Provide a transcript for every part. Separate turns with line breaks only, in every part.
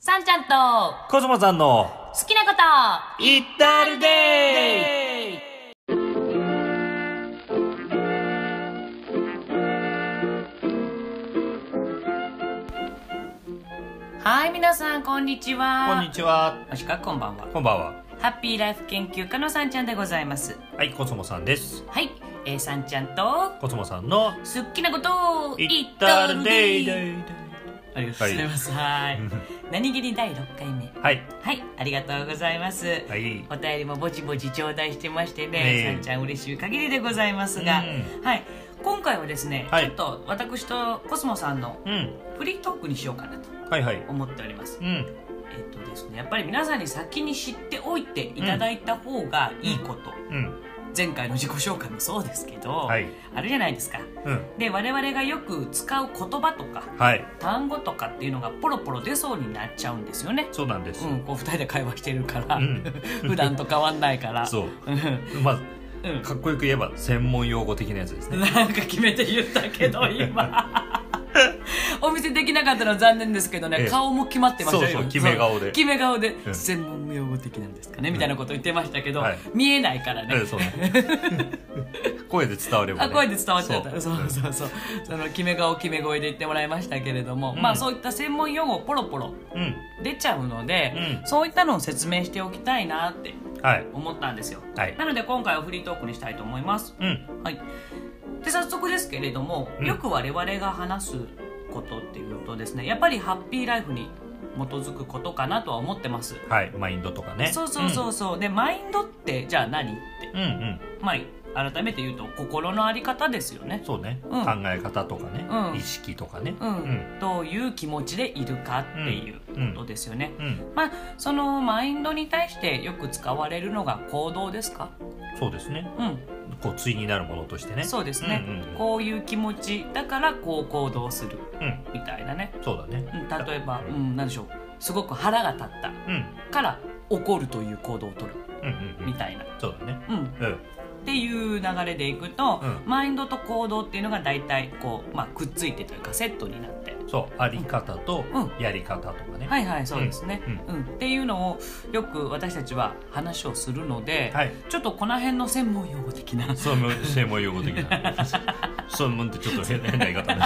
さんちゃんと
コスモさんの
好きなこと
イッタールデイ
はい皆さんこんにちは
こんにちは
もしくはこんばんは
こんばんは
ハッピーライフ研究家のさんちゃんでございます
はいコスモさんです
はい、えー、さんちゃんと
コスモさんの
好きなことを
イ
言
ッ
っ
タ
た
ー
る
ル
で
デ
い
イ
ありがとうございますはい何気に第6回目
はい
はいありがとうございます、
はい
お便りもぼちぼち頂戴してまして
え
ね、
え
さんちゃん嬉しい限りでございますが、
う
はい今回はですね、
はい
ちょっと私とコスモさんの
うん
フリートークにしようかなと
はいはい
思っております
うん
えっとですねやっぱり皆さんに先に知っておいていただいた方がいいこと、
うん
前回の自己紹介もそうですけど、
はい
あるじゃないですか
うん
で我々がよく使う言葉とか
はい
単語とかっていうのがポロポロ出そうになっちゃうんですよね
そうなんです
うん、こう二人で会話してるから、
うん
普段と変わんないから
そう
うん
まあ
うん
かっこよく言えば専門用語的なやつですね
なんか決めて言ったけど今 お見せできなかったのは残念ですけどね、
ええ
顔も決まってましたよ
そうそう決め顔で
決め顔で、
うん
専門用語的なんですかねみたいなこと言ってましたけど、
はい
見えないからね、
え えそうね声で伝われば
あ
ね
声で伝わっちゃったそう
そ
そうそうその決め顔決め声で言ってもらいましたけれども、
うん
まあそういった専門用語ポロポロ
ううん
出ちゃうので、
うん
そういったのを説明しておきたいなって
はい
思ったんですよ、
はい
なので今回はフリートークにしたいと思います
うん
はい、で早速ですけれども、
うん
よく我々が話すことっていうとですねやっぱりハッピーライフに基づくことかなとは思ってます、
はいマインドとかね
そうそうそうそう、でマインドってじゃあ何って
うんうん
まあ改めて言うと心の在り方ですよね
そうね、
うん
考え方とかね、
うん
意識とかね
うん、どういう気持ちでいるかっていうことですよね、
うん、うん
まあそのマインドに対してよく使われるのが行動ですか
そうですね
うん
こう対になるものとしてね
そうですね、
うんうん
こういう気持ちだからこう行動する
うん
みたいなね
そうだね
うん例えば、
う
うんん、なんでしょうすごく腹が立った
うん
から怒るという行動をとる
うんうんう
み
ん
たいな、
そうだね
うん、っ
うん
ていう流れでいくと、
うん
マインドと行動っていうのが大体こう、まあ、くっついてというかセットになって
そうあり方と
う
やり方とかね、
はいはいそうですね、
う
うんっていうのをよく私たちは話をするので、
はい
ちょっとこの辺の専門用語的な
専門専門用語的な 専門ってちょっと変変な言い方ね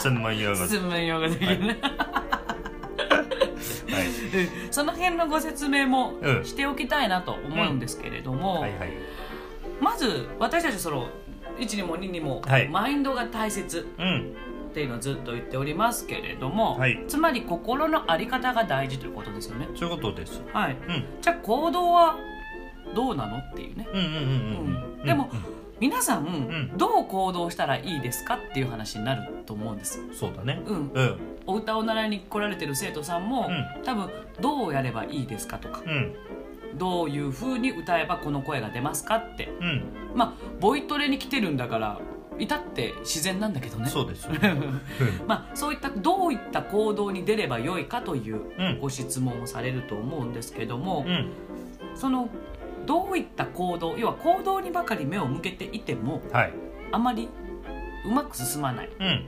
専門用語はい
専門用語的な、
は
うん その辺のご説明も
うん
しておきたいなと思うんですけれども、
はいはい
まず私たちその1にも2にも、
はい
マインドが大切
うん
っていうのをずっと言っておりますけれども、
はい
つまり心の在り方が大事ということですよね。
そういうことです
はい、
うん
じゃあ行動はどうなのっていうね
うんうんうんうん
う
うんん
でも皆さん、
ん
どう行動したらいいですかっていう話になると思うんです。
うんそうだね
うん、
うん
お歌を習いに来られてる生徒さんも、
う
多分どうやればいいですかとか
うん
どういう風に歌えばこの声が出ますかって
うん
まあボイトレに来てるんだから至って自然なんだけどね
そうです
まあそういったどういった行動に出ればよいかという
うん
ご質問をされると思うんですけども
う、ん
そのどういった行動要は行動にばかり目を向けていても
はい
あまりうまく進まない
うん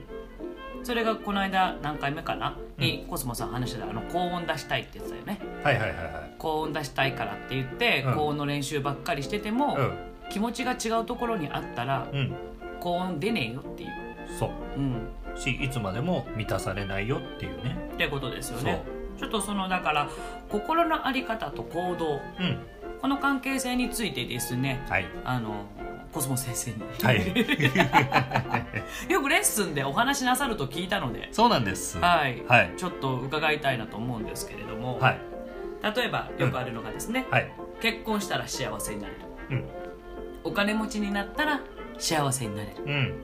それがこの間何回目かな
うん
にコスモさん話してたあの高音出したいって言ってたよね
はいはいはいはい
高音出したいからって言って
うん
高音の練習ばっかりしてても、
う
気持ちが違うところにあったら
んうん
高音出ねえよっていう、
そう
うん、
しいつまでも満たされないよっていうね
ってことですよ
そう
ねちょっとそのだから心の在り方と行動
うん
この関係性についてですね
はい
あのコスモ先生に、
はい
よくレッスンでお話しなさると聞いたので
そうなんです
はい
はい
ちょっと伺いたいなと思うんですけれども、
はい
例えばよくあるのがですね、
はい
結婚したら幸せになれる
うん
お金持ちになったら幸せになれる
うん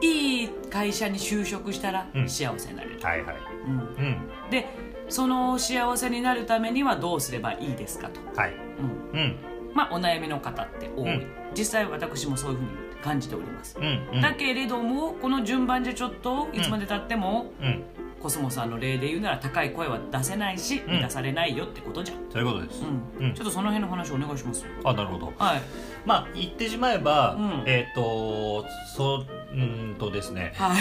いい会社に就職したら
うん
幸せになれる、
はいはい
うん
うん
でその幸せになるためにはどうすればいいですかと、
はい
うん、
うん
まあ、お悩みの方って多い、
うん
実際私もそういうふうに感じております、
うんうん
だけれどもこの順番じゃちょっといつまでたっても
うん
コスモさんの例で言うなら高い声は出せないし、
うん
出されないよってことじゃん、
そういうことです、
うん
うん
ちょっとその辺の話お願いしますよ
あなるほど
はい
まあ言ってしまえば、
うん
えっ、とそううーんとですね
は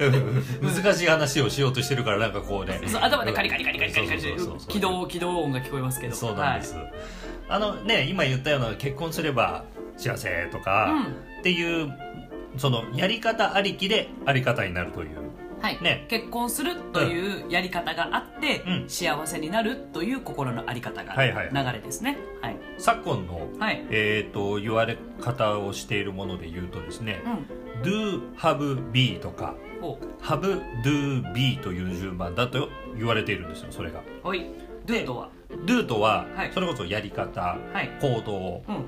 い
難しい話をしようとしてるからなんかこうね
そう頭でカリカリカリカリカリカリ
そうそうそうそう
起動起動音が聞こえますけど
そうなんです、あのね今言ったような結婚すれば幸せと
はい、
か、っていうそのやり方ありきであり方になるという
うんはい
ね
結婚するというやり方があって、
うん
幸せになるという心のあり方が
はいはい
流れですねはい
昨今の、
はい、
えー、と言われ方をしているもので言うとですね
うん
「do have be」とか
お
「have do be」という順番だと言われているんですよそれが。
おいドゥートは
do とは、
はい
それこそやり方
はい
行動
うん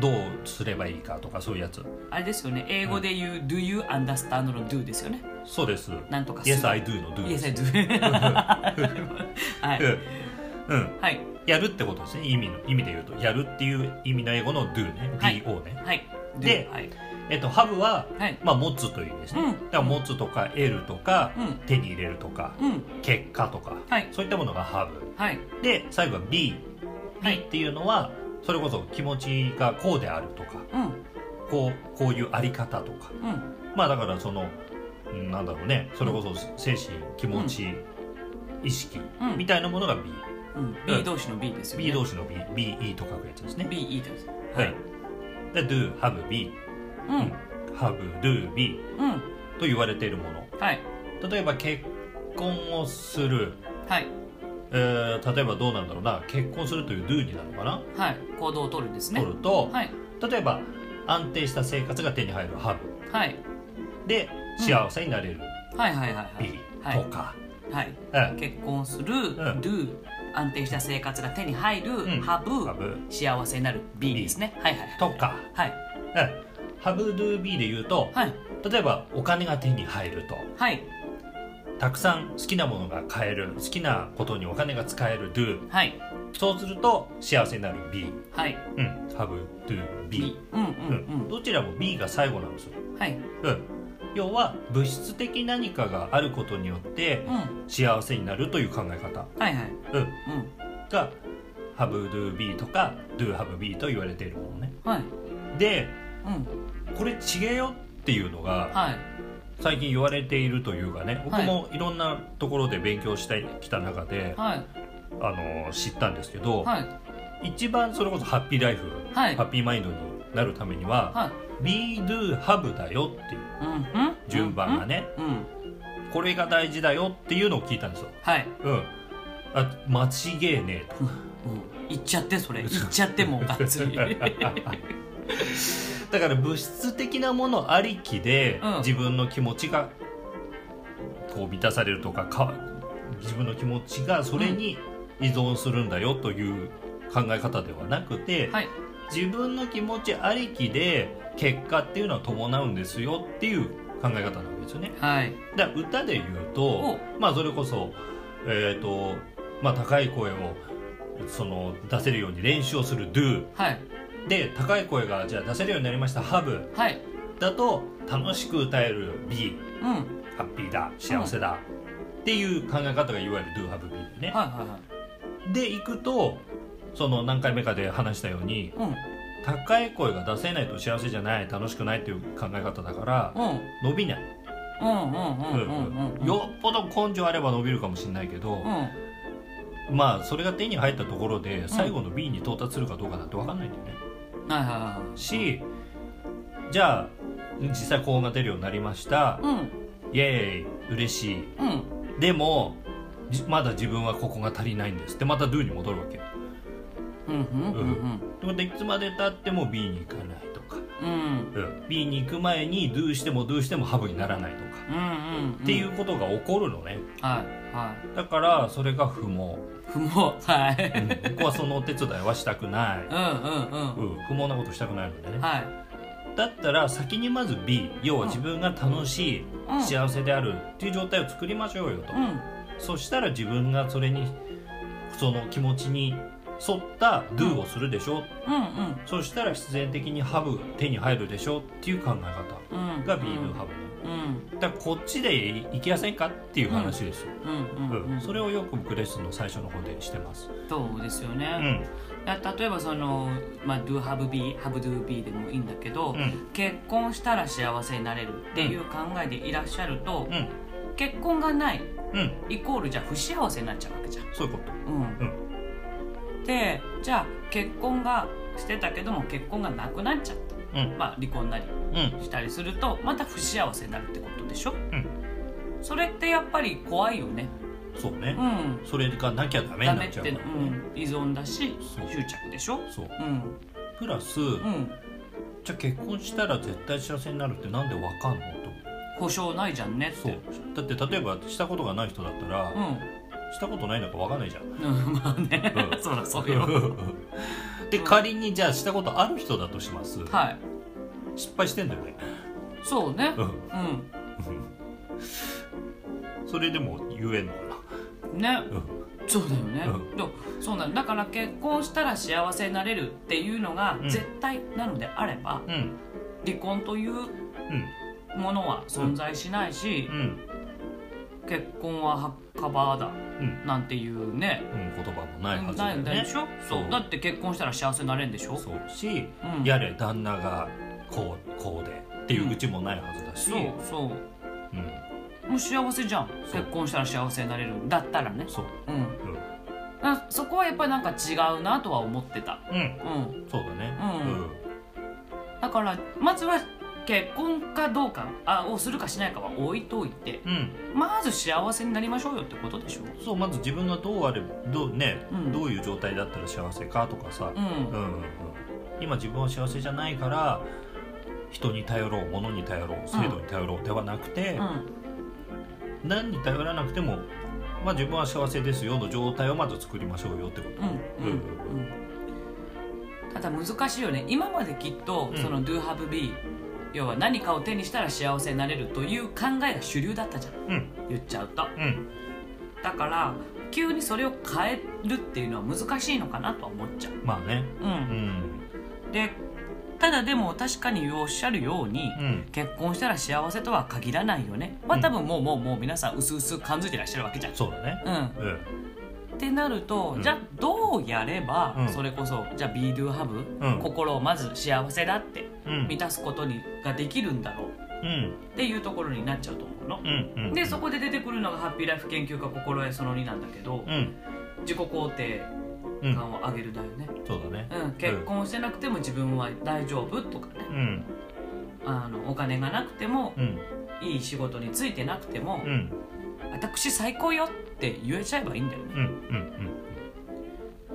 どうすればいいかとかそういうやつ
あれですよね英語で言う、Do you understand の Do ですよね
そうです
なんとかする
Yes I do の do で
Yes
す
I do はい、
うんうん
はい
やるってことですね意味の意味で言うとやるっていう意味の英語の do ね、
はい
do ね
はい
で
Do はい
えっと have は、
はい
まあ、持つという意味ですね、
うん
だから持つとか得るとか、
うん
手に入れるとか、
うん
結果とか、
はい
そういったものが have
はい
で最後は be
は
be
い
っていうのはそれこそ気持ちがこうであるとか
うん
こうこういうあり方とか
うん
まあだからそのうんなんだろうねそれこそ精神気持ち、意識
うん
みたいなものが B、
うん、B 同士の B ですよね
B 同士の B BE と書くやつですね
B いいです
はいで do have be
うん
have do be
うん
と言われているもの
はい
例えば結婚をする、
はい
えー例えばどうなんだろうな結婚するという do になるのかな
はい行動を取るですね
取ると、
はい
例えば安定した生活が手に入る have
はい
で
うん
幸せになれる
はいはいはい
be
はい
とか、
はい
うん
結婚する、do 安定した生活が手に入る、
ん
have
have
幸せになる B ですねはいはいはい
とか、
はい
うん、have do be で言うと、
はい
例えばお金が手に入ると
はい
たくさん好きなものが買える好きなことにお金が使える do
はい
そうすると幸せになる be
はい
うん have do be
うんうん
う
うん
ん、どちらも B が最後なんですよ、
はい
うん、要は物質的何かがあることによって
うん
幸せになるという考え方、
はいはい
うん、
うん
が Have Do Be とか Do Have Be と言われているものね
はい
で
うん
これ違えよっていうのが
はい
最近言われているというかね僕もいろんなところで勉強してきた中で、
はい
あの知ったんですけど、
はい
一番それこそハッピーライフ、
はい
ハッピーマインドになるためには、
はい
Be Do Have だよっていう
うんうん
順番がね、
うんうん
これが大事だよっていうのを聞いたんですよ。
はい
うんあ間違えねえと
うん言っちゃってそれ言っちゃってもうがっつり
だから物質的なものありきで、
うん
自分の気持ちがこう満たされるとかか自分の気持ちがそれに依存するんだよという考え方ではなくて、
はい
自分の気持ちありきで結果っていうのは伴うんですよっていう考え方なんですよね。
はい
だから歌で言うとまあそれこそえっ、とまあ高い声をその出せるように練習をする do
はい
で高い声がじゃあ出せるようになりました have
はい
だと楽しく歌える be
うんはい
ハッピーだ幸せだ、っていう考え方がいわゆる do have be ね、
は
でいくとその何回目かで話したように
いはい
高い声が出せないと幸せじゃない楽しくないっていう考え方だから
うんうん
伸びない、
うんうんうんうんうん
よっぽど根性あれば伸びるかもしれないけど、
うん
まあそれが手に入ったところで最後の B に到達するかどうかなんて分かんないんだよね、
はいはいは
しじゃあ実際高音が出るようになりました
いうん
イエーイ嬉しい
うん
でもじまだ自分はここが足りないんですってまた Do に戻るわけ
うんうんうん
ということでいつまでたっても B に行かないとか、
うんうん
うん、B に行く前に Do しても Do してもハブにならないとか、
うんうん
っていうことが起こるのね
はいは
だからそれが不毛、
い不毛は
う
い
ん、僕はそのお手伝いはしたくな
う
い、
んうん
う
うん
ん、不毛なことしたくないのでね、
はい
だったら先にまず B 要は自分が楽しい、
うん
幸せであるっていう状態を作りましょうよと、
うん
そしたら自分がそれにその気持ちに沿った Do をするでしょ、
うん
そしたら必然的にハブが手に入るでしょっていう考え
うんうん
方が B のハブね、
うん
だからこっちで行きやせんかっていう話ですよ、
うんうん、
う
うんん、
それをよく僕レッスンの最初の方でしてます、
そうですよ
う
ね、
ん
だ例えばその、まあ、do have be have do be でもいいんだけど、
うん
結婚したら幸せになれるっていう考えでいらっしゃると、
うん
結婚がない
うん、
イコールじゃあ不幸せになっちゃうわけじゃん
そういうこと
うん、でじゃあ結婚がしてたけども結婚がなくなっちゃった、
うん
まあ、離婚なり
うん
したりするとまた不幸せになるってことでしょ、
ん
それってやっぱり怖いよね
そうね
う、ん
それがなきゃダメ
ダ
に
メ
なっ
っ
ちゃう
て、う
からね
ん、依存だし
そう
執着でしょ
そう
うん
プラス、
うん
じゃあ結婚したら絶対幸せになるってなんでわかんのと
保証ないじゃんねって
そうだって例えばしたことがない人だったら、
う
したことないのかわかんないじゃん
ん、うん、まあね、
う ん
そらそうよ
で仮にじゃあしたことある人だとします、
はい
失敗してんだよね、
そうね
うん
うん
それでも言えんのか
ね
な、
そうだよね、
う
でもそうなのだから結婚したら幸せになれるっていうのが
うん
絶対なのであれば、
うん、うん
離婚というものは存在しないし
うんう、ん
結婚ははカバーだ
うん
なんていうね
言葉もないはずだ
な
よ
いんで
ね
しょ
そう
だって結婚したら幸せになれんでしょ
そうし、
うん
やれ旦那がこうこうでっていう愚痴もないはずだし、
そううんそうもう幸せじゃん
そう
結婚したら幸せになれるんだったらね
そう
うん
うん
だからそこはやっぱりなんか違うなとは思ってた
うん
うん
そうだね
うんだからまずは結婚かどうかあをするかしないかは置いといて
うん、うん
まず幸せになりましょうよってことでしょ
そうまず自分がどうあれどうね、
うん
どういう状態だったら幸せかとかさ、
う
うん
ん
うんうん、今自分は幸せじゃないから人に頼ろう物に頼ろう制度に頼ろうではなくて、
うん
何に頼らなくても、まあ、自分は幸せですよの状態をまず作りましょうよってこと、
うんうんうんただ難しいよね今まできっと、
うん
その Do Have Be 要は何かを手にしたら幸せになれるという考えが主流だったじゃん
うん
言っちゃうと
うん
だから急にそれを変えるっていうのは難しいのかなとは思っちゃう
まあね
う
うんん
でただでも確かにおっしゃるように、
うん
結婚したら幸せとは限らないよねまあ多分もうもうもう皆さん薄々感づいてらっしゃるわけじゃん。
そうだね
うん、
うん
ってなると、
うん
じゃあどうやれば、
うん
それこそじゃあ Be Do Have、
うん
心をまず幸せだって
うん
満たすことにができるんだろう
うん
っていうところになっちゃうと思うの。
うんうん
でそこで出てくるのがハッピーライフ研究家心得その2なんだけど、
うん
自己肯定
うん
感を上げるだよね、
そうだね
うん、結婚してなくても自分は大丈夫とかね
うん
あのお金がなくても
うん
いい仕事に就いてなくても、
うん
私最高よって言えちゃえばいいんだよね
うん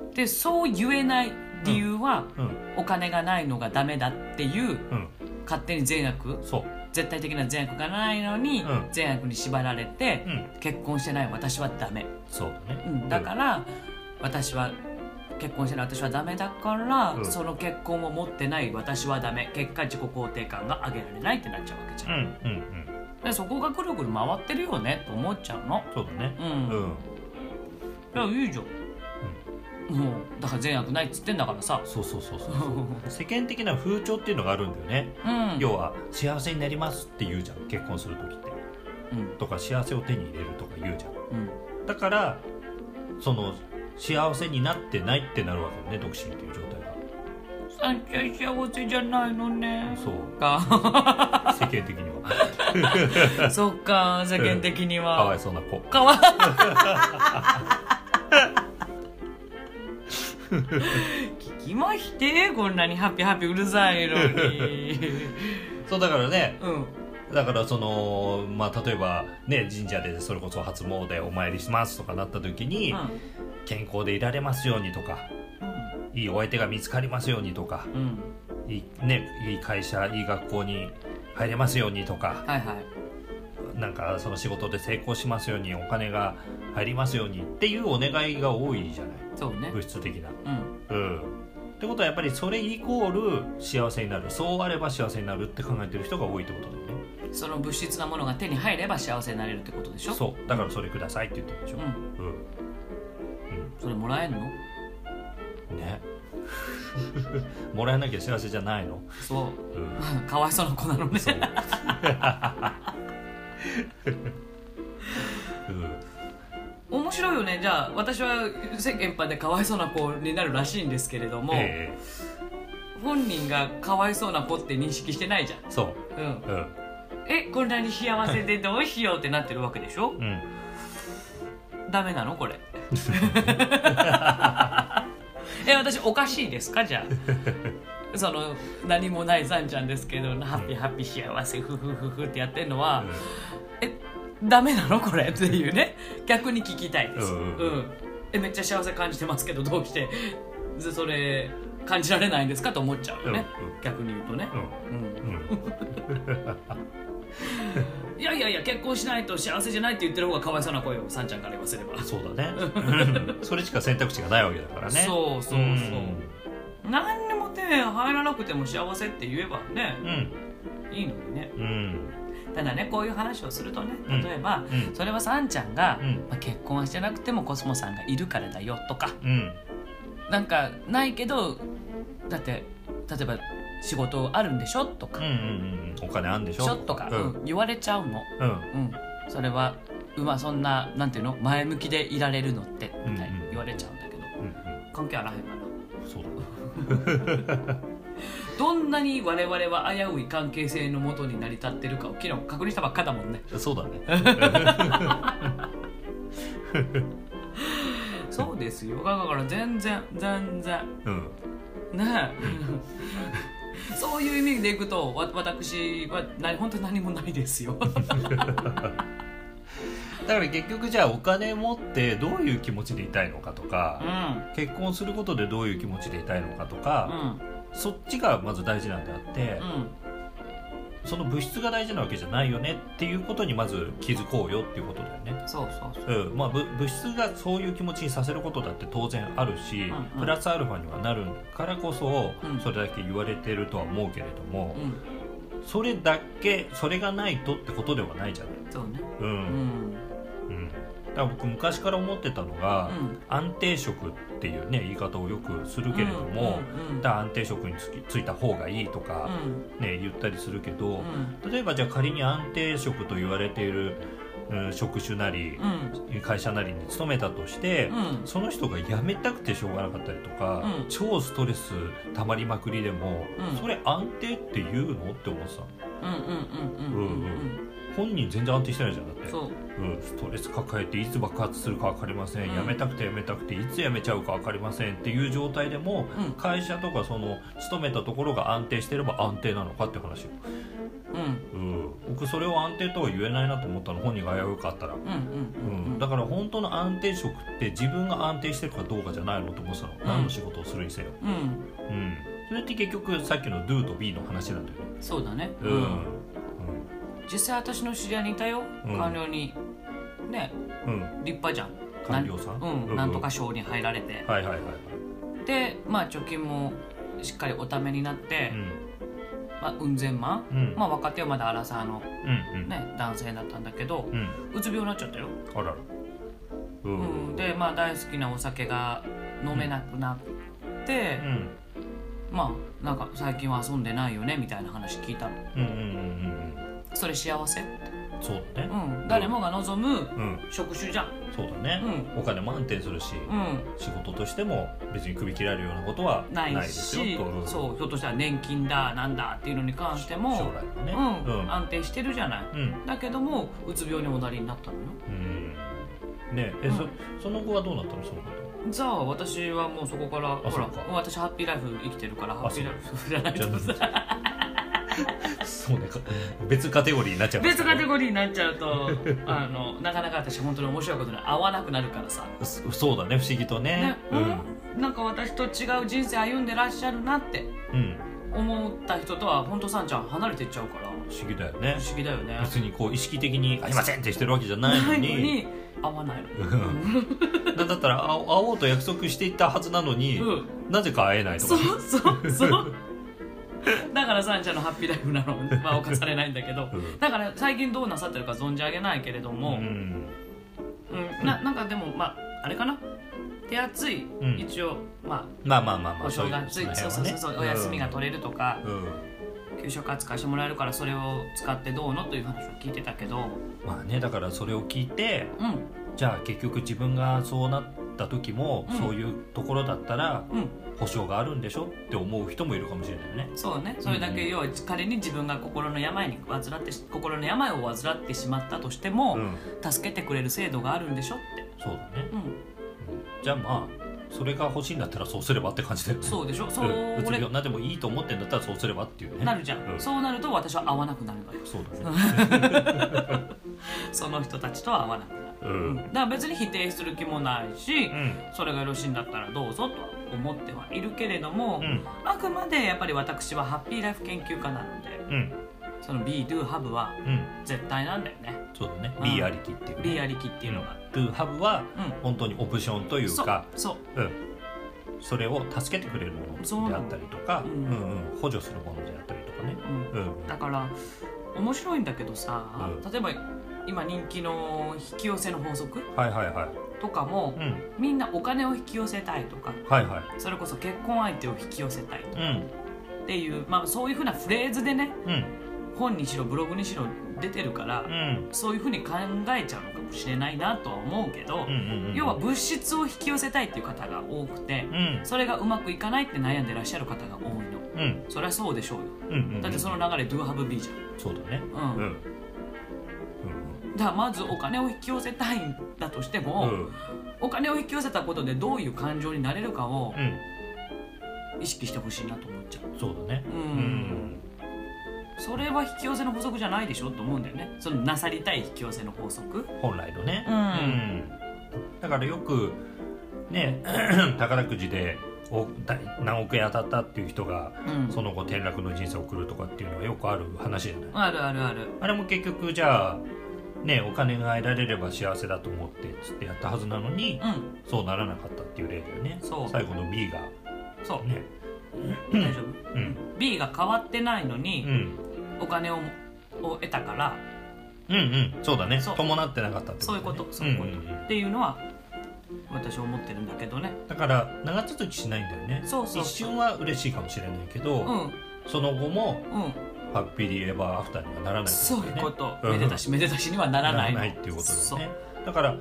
うん
でそう言えない理由は、
うんうん
お金がないのがダメだっていう
うん
勝手に善悪
そう
絶対的な善悪がないのに、
うん
善悪に縛られて、
うん
結婚してない私はダメ、
そうだね、
うんだから、私は結婚してない私はダメだから、
うん
その結婚を持ってない私はダメ結果自己肯定感が上げられないってなっちゃうわけじ
う
ゃ
ん
ん、
うんうん
でそこがぐるぐる回ってるよねと思っちゃうの
そうだね
うん
うん
いやいいじゃん、もうだから善悪ないっつってんだからさ
そうそ うそうそうそう世間的な風潮っていうのがあるんだよね、
うん
要は幸せになりますって言うじゃん結婚する時って
うん
とか幸せを手に入れるとか言うじゃん
うん
だからその幸せになってないってなるわけよね独身っていう状態
さんちゃん幸せじゃないのね
が そう
か
世間的には
そっか世間的に
かわい
は
そうな子
かわい聞きましてこんなにハッピーハッピーうるさいのに
そうだからね
うん
だからそのまあ例えばね神社でそれこそ初詣お参りしますとかなった時に、健康でいられますようにとかいいお相手が見つかりますようにとか
うん、うん、
いい,、ね、いい会社いい学校に入れますようにとか
はいはい
なんかその仕事で成功しますようにお金が入りますようにっていうお願いが多いじゃない
そうね
物質的な。
うん
うん、ってことはやっぱりそれイコール幸せになるそうあれば幸せになるって考えてる人が多いってことだよね。
その物質なものが手に入れば幸せになれるってことでしょ
そうだからそれくださいって言ってるでしょ。
うん
うん
それもらえんの
ね もらえなきゃ幸せじゃないの、
そう う
ん
かわいそうな子なのね
そううん
面白いよねじゃあ私は世間般でかわいそうな子になるらしいんですけれども、
ええ
本人がかわいそうな子って認識してないじゃん、
そ
うん、
ううん
えこんなに幸せでどうしようってなってるわけでしょ
うん
ダメなの これえ私おかしいですかじゃあその何もないさんちゃんですけどハッピーハッピー幸せフフフフってやってるのは、えダメなのこれっていうね逆に聞きたいです、
うんうん
えめっちゃ幸せ感じてますけどどうしてずそれ感じられないんですかと思っちゃうよね、
うんうん
逆に言うとね、うん
うんうん
いやいやいや結婚しないと幸せじゃないって言ってる方がかわいそうな声をさんちゃんから言わせれば、
そうだねそれしか選択肢がないわけだからね
そうそうそう、
ん
何にも手入らなくても幸せって言えばね
うん
いいのにね
うん
ただねこういう話をするとね
うん
例えば、
うん
それはさんちゃんが、
うん
まあ、結婚はしてなくてもコスモさんがいるからだよとか
うん
なんかないけどだって例えば仕事あるんでしょとか、
うんうんうんお金あんでしょ
しょとか、
うん
うん言われちゃうの、
うん
うん、それはうまそんななんていうの前向きでいられるのって
うん
みたいに言われちゃうんだけど、
うんうん
関係あらへんかな
そうだ
どんなに我々は危うい関係性のもとに成り立ってるかを昨日確認したばっかだもんね
ねそうだね
そうですよだから全然全然
うん
ねえそういう意味でいくとわ私はな本当に何もないですよ
だから結局じゃあお金持ってどういう気持ちでいたいのかと
う
か、
ん
結婚することでどういう気持ちでいたいのかと
う
か、
ん
そっちがまず大事なんであって
う、ん
その物質が大事なわけじゃないよねっていうことにまず気づこうよっていうことだよね。
そうそうそう
うんまあ、ぶ物質がそういう気持ちにさせることだって当然あるし、
んうん
プラスアルファにはなるからこそ、
うん
それだけ言われてるとは思うけれども、
うん
それだけそれがないとってことではないじゃない。
そうね
う
うんん
うん、だから僕昔から思ってたのが、
うん
安定職っていうね言い方をよくするけれども、
うんうん
だから安定職につきついた方がいいと
う
か、
ん
ね、言ったりするけど
う、ん
例えばじゃあ仮に安定職と言われている、うん職種なり
う、ん
会社なりに勤めたとして、
うん
その人が辞めたくてしょうがなかったりとか、
うん
超ストレス溜まりまくりでも、
うん
それ安定って言うのって思ってたの
うんうんうんうんうんうん
本人全然安定してないじゃんだって。
そう
うん、ストレス抱えていつ爆発するか分かりません、
うん
辞めたくて辞めたくていつ辞めちゃうか分かりませんっていう状態でも、
うん
会社とかその勤めたところが安定してれば安定なのかって話よ、
うん
うん、僕それを安定とは言えないなと思ったの本人が危うかったら、
うんうん
う
うん
ん
うん
だから本当の安定職って自分が安定してるかどうかじゃないのと思ってたの、
ん
何の仕事をするにせよ、
うん
うん、それって結局さっきの Do と Be の話なんだよね
そうだね
うん、
実際私の知り合いにいたよ
うん
官僚にね
うんうん、
立派じゃん
官僚さん
なんうん、なんとか賞に入られて
はいはいはいはい、
でまあ貯金もしっかりおためになって、
うん
まあ、運善マン、
うん
まあ、若手はまだアラサーの、
うんうん
ね、男性だったんだけど
う、ん
うつ病になっちゃったよ、
あららう
うんん、でまあ大好きなお酒が飲めなくなって
う、ん
まあなんか最近は遊んでないよねみたいな話聞いたの
うんうんうんうん
それ幸せ、
そうだね
うん、誰もが望む
うん
職種じゃん、
そうだねお金も安定するし
う
仕事としても別に首切られるようなことは
ん、
な
ないい
です
し
よとうん
そうひょっとしたら年金だなんだっていうのに関しても
将来のね
う
うんん
安定してるじゃない
うん
だけどもうつ病におなりになったのよ
うんねえ
う
そ
ん
その後はどうなったのそのこと
じゃあ私はもうそこからほら
そうか
もう私ハッピーライフ生きてるからハッピーライフじゃない
じゃ
とさ
あそうねか別カテゴリーになっちゃう
別カテ
ゴ
ゴリーになっちゃうとあのなかなか私本当に面白いことに合わなくなるからさ、
リーそうだね不思議と
ね
ね
う
うん
ん、なんか私と違う人生歩んでらっしゃるなって
うん
思った人とは本当さんちゃん離れていっちゃうから
不思議だよね
不思議だよね
別にこう意識的にありませんってしてるわけじゃないの
ないの
に
に合わ ないの
うんだだったら会お会おうと約束していたはずなのに、
うん
なぜか会えないと
そ
か
うそうそうだからサンちゃんのハッピーライフなのは犯されないんだけど
うん
だから最近どうなさってるか存じ上げないけれど
う
も、
ん
うんななんかでもまああれかな手厚い、
うん
一応ま
まあまあまあ
あ
まあ
お正月
い
そう
の
そう
辺
そう
はね
そう、お休みが取れるとか、
うんうん
給食扱いしてもらえるからそれを使ってどうのという話を聞いてたけど
まあねだからそれを聞いて
うん
じゃあ結局自分がそうなった時も、
うん
そういうところだったら
うん
保証があるんでしょって思う人もいるかもしれないね
そうねそれだけ、
うん
要は仮に自分が心の病に患ってし心の病を患ってしまったとしても、
うん
助けてくれる制度があるんでしょって、
そうだね、
うん、
うんじゃあまあそれが欲しいんだったらそうすればって感じだよね
そうでしょそ
うんうつ
れ
病になってもいいと思ってんだったらそうすればっていうね
なるじゃん、
うん
そうなると私は会わなくなるのよ
そうだね
その人たちとは会わなくなる、
う
うん
ん
だから別に否定する気もないし、
うん
それがよろしいんだったらどうぞとは思ってはいるけれども、
うん
あくまでやっぱり私はハッピーライフ研究家なので
うん
その Be Do Have は
うん
絶対なんだよね
そうだね
うん
リアリティっていうね
Be ありきっていうのが、
トゥーハブは
うん
本当にオプションという
そう
か
そう
うんそれを助けてくれるも
そう
ので
な
あ
の
ったりとか
う
うんんうん補助するものであったりとかね
うん
うん
だから面白いんだけどさ、
う
例えば今人気の引き寄せの法則
はいはいは
とかも
いうん
みんなお金を引き寄せたいとか
はいは
それこそ結婚相手を引き寄せたい
いうん
っていう、まあ、そういうふうなフレーズでね
うん
本にしろブログにしろ出てるから、
うん
そういうふうに考えちゃうのかもしれないなとは思うけど、
うんうんうん
要は物質を引き寄せたいっていう方が多くて
うん
それがうまくいかないって悩んでらっしゃる方が多いの
うん
そりゃそうでしょうよ
うんうん
だってその流れ Do have be じゃん
そうだね
うん
うんうん
だからまずお金を引き寄せたいんだとして
う
も、
んうん
お金を引き寄せたことでどういう感情になれるかを
うん
意識してほしいなと思っちゃう
そうだね
う
うんん
それは引き寄せの法則じゃないでしょと思うんだよねそのなさりたい引き寄せの法則
本来のね
うん
うんだからよくね 宝くじでお大何億円当たったっていう人が
うん
その後転落の人生を送るとかっていうのはよくある話じゃない
あるあるある
あれも結局じゃあねお金が得られれば幸せだと思ってつってやったはずなのに
うん
そうならなかったっていう例だよね
そう
最後の B が
そう、
ね
大丈夫
うん
B が変わってないの
う
に、
ん
お金をを得たから
うんうんそうだね
そう
伴ってなかったって
そういう
だ
こ
ね
とそういうこと、
んんん
っていうのは私は思ってるんだけどね
だから長続きしないんだよね
そうそう
一瞬は嬉しいかもしれないけど、
うん
その後も
うん
ハッピーリエバーアフターにはならないって
そういうこと、
うん
めでたしめでたしにはなら
な
な
ら
い
ないっていうことだよねだから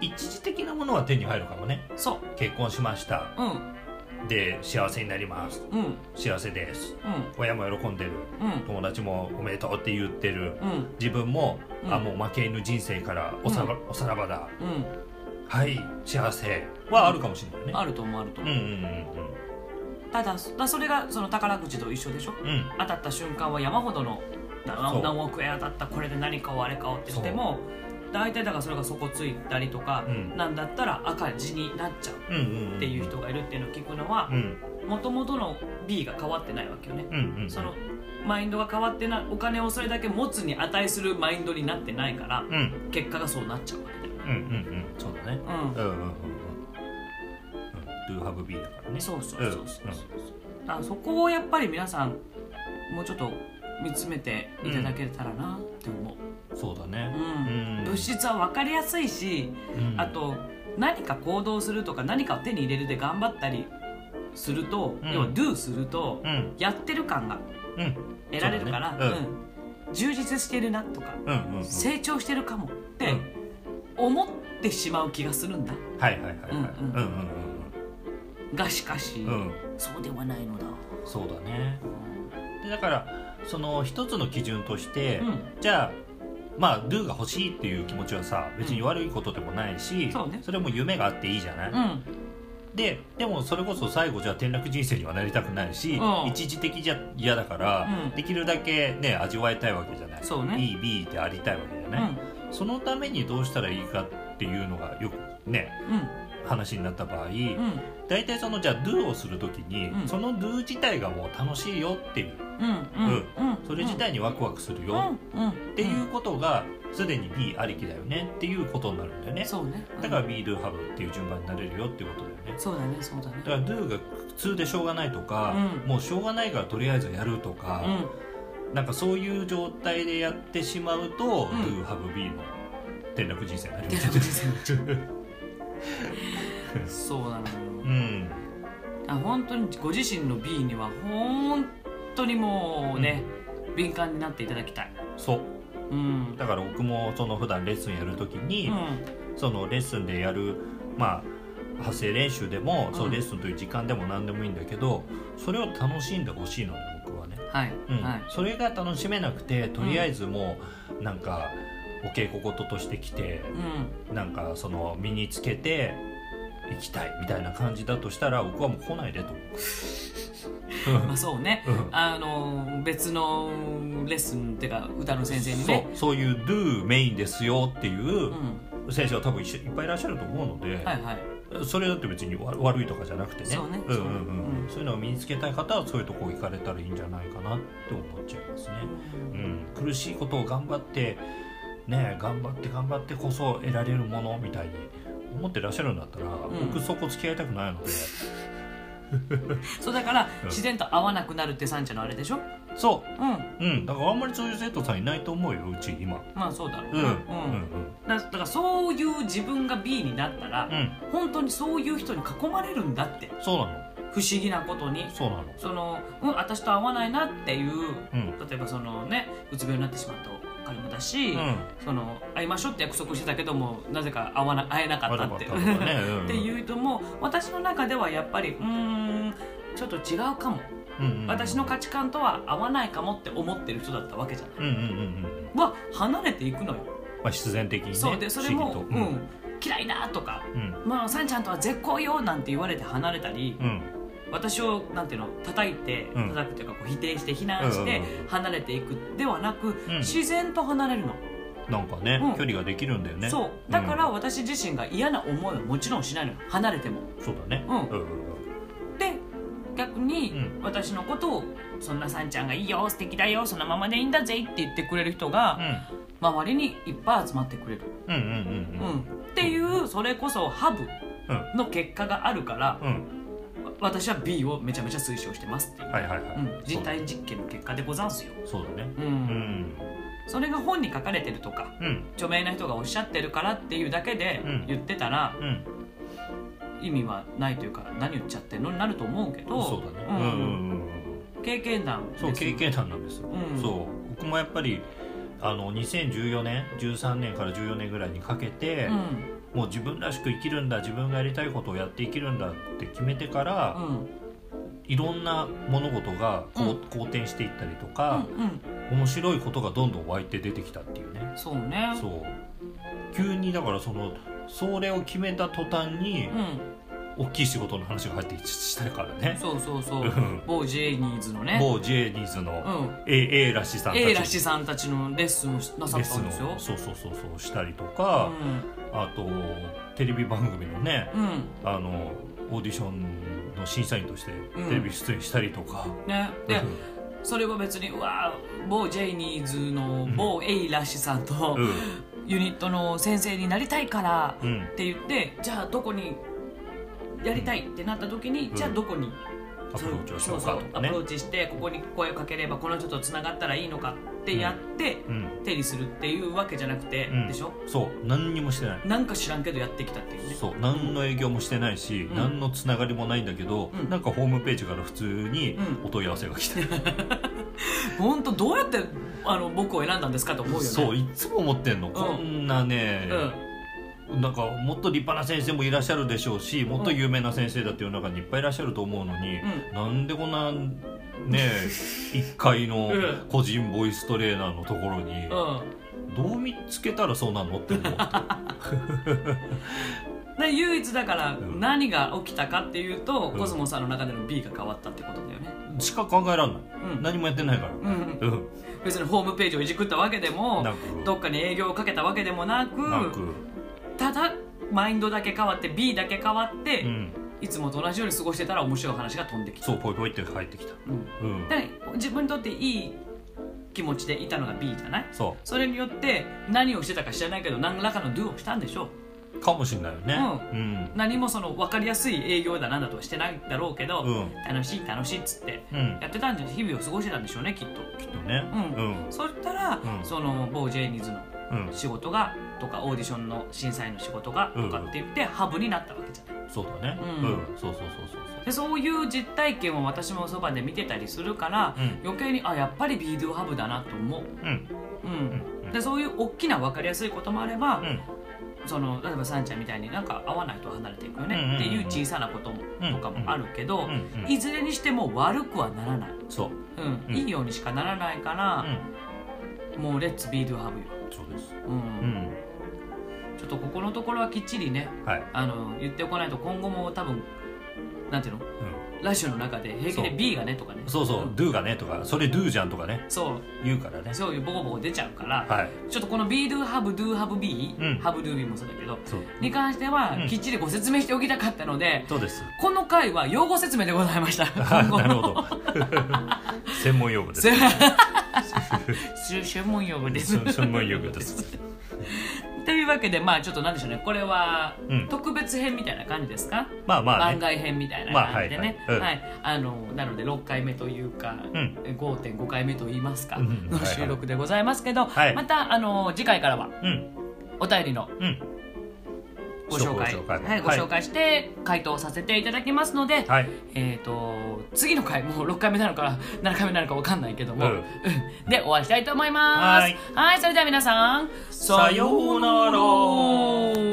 一時的なものは手に入るかもね
そう
結婚しました
そう
で幸せになります
うんうん
幸せです
うん
親も喜んでる
うん
友達もおめでとうって言ってる
うん
自分も、
うん
あもう負け犬人生からおさば、おさらばだ
う
はい幸せはあるかもしれないね
んあると思うあると
うん
思
う
う、
ん
ただそだそれがその宝くじと一緒でしょ
うんうんうん
当たった瞬間は山ほどのな
そう
何億円当たったこれで何かをあれかをってしても大体だからそれが底ついたりとか、
うん
なんだったら赤字になっちゃう
うんうんうん
っていう人がいるっていうのを聞くのは
うん
もともとの B が変わってないわけよね、
うんうん
そのマインドが変わってないお金をそれだけ持つに値するマインドになってないから
うんうん
結果がそうなっちゃうわけだよね
うんうんそうだね
うん
うんうんうんうんうん Do have be だからね
そうそうそうそうそうだからそこをやっぱり皆さんもうちょっと見つめていただけたらなって思う、
そうだね
うん
うん
物質は分かりやすいし、
うん
あと何か行動するとか何かを手に入れるで頑張ったりすると、
うん
要は do すると、
うん
やってる感が
うん
得られるから、
そうだねうん
うん充実してるなとか、
うんうんうん
成長してるかもって
うん
思ってしまう気がするんだ
はいはいはいはい
うんうん
うん
がしかし、
うんうんうん
そうではないのだ
そうだねでだからその一つの基準として、
うん
じゃあまあ Do が欲しいっていう気持ちはさ別に悪いことでもないし、
んそうね
れも夢があっていいじゃない、
うん
ででもそれこそ最後じゃあ転落人生にはなりたくないし、
うん
一時的じゃ嫌だから、
うん
できるだけね味わいたいわけじゃない
そうね
いい B でありたいわけじゃ
う
ない、
ん
そのためにどうしたらいいかっていうのがよくね話になった場合、
うん
大体そのじゃあ Do をする時に、
うん
その Do 自体がもう楽しいよっていう
うんうんうん
それ自体にワクワクする
う
よ
んうん
っていうことがすでに B ありきだよねっていうことになるんだよね
そうね
だから B do have っていう順番になれるよっていうことだよね
そうだねそうだね
だから do が苦痛でしょうがないとか、
うん
もうしょうがないからとりあえずやると
う
か、
ん
なんかそういう状態でやってしまうと、
うん
do have B の転落人生になりま
転
す
落人生になっ
ちゃう
そうなのよ
うん
あ本当にご自身の美には本当にもうね、敏感になっていただきたい
そう
うん
だから僕もその普段レッスンやるときに、そのレッスンでやるまあ発声練習でも、そううんレッスンという時間でも何でもいいんだけどそれを楽しんでほしいので僕はね、
うんはい、
うん
はい
それが楽しめなくてとりあえずもうなんかお稽古事として来て
う、ん
なんかその身につけて行きたいみたいな感じだとしたら僕はもう来ない でと思う
まあそうね、
うん
あの別のレッスンっていうか歌の先生に
そう
ね、、
そういう「do メインですよ」っていううん先生は多分一緒いっぱいいらっしゃると思うので、
はいはい
それだって別にわ悪いとかじゃなくてね
そうね
んうんうん
うん
そういうのを身につけたい方はそういうとこ行かれたらいいんじゃないかなって思っちゃいますね、うん、苦しいことを頑張ってね頑張って頑張ってこそ得られるものみたいに思ってらっしゃるんだったら、
ん
僕そこ付き合いたくないので
そうだから
うん
自然と合わなくなるってサンチャのあれでしょ
そ
うん
ううんだからあんまりそういう生徒さんいないと思うようち今
まあそうだろう
うん
ね
うん
うんだだからそういう自分が B になったら、
うんうん
本当にそういう人に囲まれるんだって
そうな
不思議なことに
のそうなの
その、うん、私と合わないなっていう
うん
例えばそのねうつ病になってしまった彼もだし、
うん
その会いましょうって約束してたけどもなぜか会わな会えなかったって
会えなかったとかねう ん
っていうとも私の中ではやっぱりうーんちょっと違うかも、
うんうん
私の価値観とは合わないかもって思ってる人だったわけじゃない
うんうんうんうん
は離れていくのよ、
まあ必然的にね
そうでそれ
不
も、
思議
う
と
ん嫌いだとか
うん
まあ、さんちゃんとは絶好よなんて言われて離れたり、
うん
私をなんていうの叩いて
うん
叩くというかこう否定して非難し
う
て
んうんうん
離れていくではなく、
ん
自然と離れるの、
なんかね、
うん
距離ができるんだよね
そうだから、私自身が嫌な思いはもちろんしないのよ離れても
うんそうだね
うん
うん
で逆に
う
私のことを「そんなさんちゃんがいいよ素敵だよそのままでいいんだぜ」って言ってくれる人が周りにいっぱい集まってくれる、
うんうんうんうん
うんっていうそれこそハブ
うん
の結果があるから、
うんうん
わ私は B をめちゃめちゃ推奨してますっていう、
はいはいはい、
うん、人体実験の結果でござんすよ、
そうだね
うん
うん
それが本に書かれてるとか
うん
著名な人がおっしゃってるからっていうだけで
うん
言ってたら
うん
意味はないというか何言っちゃってんのになると思うけど
そうだねうんう
ん
んうんうん
経験談です
そう経験談なんですよ、
うん
そう僕もやっぱりあの2014年13年から14年ぐらいにかけて、
うん
もう自分らしく生きるんだ自分がやりたいことをやって生きるんだって決めてから、
うん
いろんな物事がこう、
うん
好転していったりと
う
か、
ん
面白いことがどんどん湧いて出てきたっていうね
うんそうね
そう急にだからそのそれを決めた途端に
うん
大きい仕事の話が入ってきたからね
そうそうそううん某ジェイニーズのね
某ジェニーズ
う
の
ん
A, A らしさんたち
A らしさんたちのレッスンをなさ
レッ
った
ス
ん
ン
ですよ
をそうそうそうそうしたりと
う
か、
ん
あとテレビ番組のね
うん
あのオーディションの審査員として
うん
テレビ出演したりとか、
ねで
うん
それは別にうわー某ジェイニーズの某エイラシさんと
うん
ユニットの先生になりたいから
うん
って言ってじゃあどこにやりたいってなった時に、
うん
じゃあどこに
アプローチをしよう
そ
か
う
と
そうアプ
かね
ローチしてここに声をかければこの人とつながったらいいのかってやって、
うん
定理するっていうわけじゃなくて、
うん
でしょ
そう何にもしてない
なんか知らんけどやってきたっていうね
そう何の営業もしてないし、
うん
何のつながりもないんだけど、
うん
なんかホームページから普通に
う
お問い合わせが来て、
本当どうやってあの僕を選んだんですかと思うよね
そういつも思ってんの、こんなね、
う
なんかもっと立派な先生もいらっしゃるでしょうしもっと有名な先生だって世の中にいっぱいいらっしゃると思うのに、
う
なんでこんなね 一階の
うん
個人ボイストレーナーのところに、
ん、うん
どう見つけたらそうなの って思う
で唯一だから
うん
何が起きたかっていうと、
うん
コスモさんの中での B が変わったってことだよね、
しか考えらんない、
うん
何もやってないから、
うん、
うん、
別にホームページをいじくったわけでも
な
どっかに営業をかけたわけでもなく
くなく、
ただマインドだけ変わって B だけ変わって、
うん、
いつもと同じように過ごしてたら面白い話が飛んできた、
そうポイポイって入ってきた、
うん、
うん、
だから自分にとっていい気持ちでいたのが B じゃない
そ
それによって何をしてたか知らないけど何らかの Do をしたんでしょう
うかもしんないよねうん
何もその分かりやすい営業だなんだとはしてないだろうけど、
うん
楽しい楽しいっつって
うん、
やってたんじゃ日々を過ごしてたんでしょうねきっと
きっとね
うん
うん
そしたら、
うん
その某ジェイニーズの
うん
仕事がとかオーディションの審査員の仕事がとかって言ってハブになったわけじゃない、
そうだね
う
うんん、そうそうそうそうそう
でそういう実体験を私もそばで見てたりするから、
うん
余計にあやっぱりビードゥハブだなと思う、
うん
うん
うん
でそういう大きな分かりやすいこともあれば、
うん
その例えばサンちゃんみたいになんか合わないと離れていくよね、
うんうんうん
っていう小さなことも、
うん
とかもあるけど、
うんうん
いずれにしても悪くはならない、
そう
うん
うん
いいようにしかならないから、もうレッツビードハブよ、
そうです
うん
うん
ちょっとここのところはきっちりね
はい
あの言っておかないと今後も多分なんていうの
う
ラッシュの中で平気で
そう
B がねとかね
んそうそう「
ん
do」がねとか「それ do じゃん」とかね
そう
言うからね
そういうボコボコ出ちゃうから、
はい
ちょっとこの B do have do have be、
うん
have do be もそうだけど
そう
に関しては
うん
きっちりご説明しておきたかったので、
そうです
この回は用語説明でございました
あ
今後
なる
の
ほど専門用語です
せ専門用語です
専 専門用語です
というわけでまあちょっとなんでしょうねこれは
うん
特別編みたいな感じですか、
まあまあ
番
ね
外編みたいな感じでね、
まあは
は
いはい
あのなので6回目というか、
ん
5.5回目といいますか、
うん
の収録でございますけど、
はいはい
またあの次回からは
うん
お便りの
うん
ご紹介
ご紹介
はい、ご紹介して回答させていただきますので、
はい
えっ、と次の回もう6回目なのか7回目なのかわかんないけども、
うん
うんでお会いしたいと思います
はい
はいそれでは皆さん
さようなら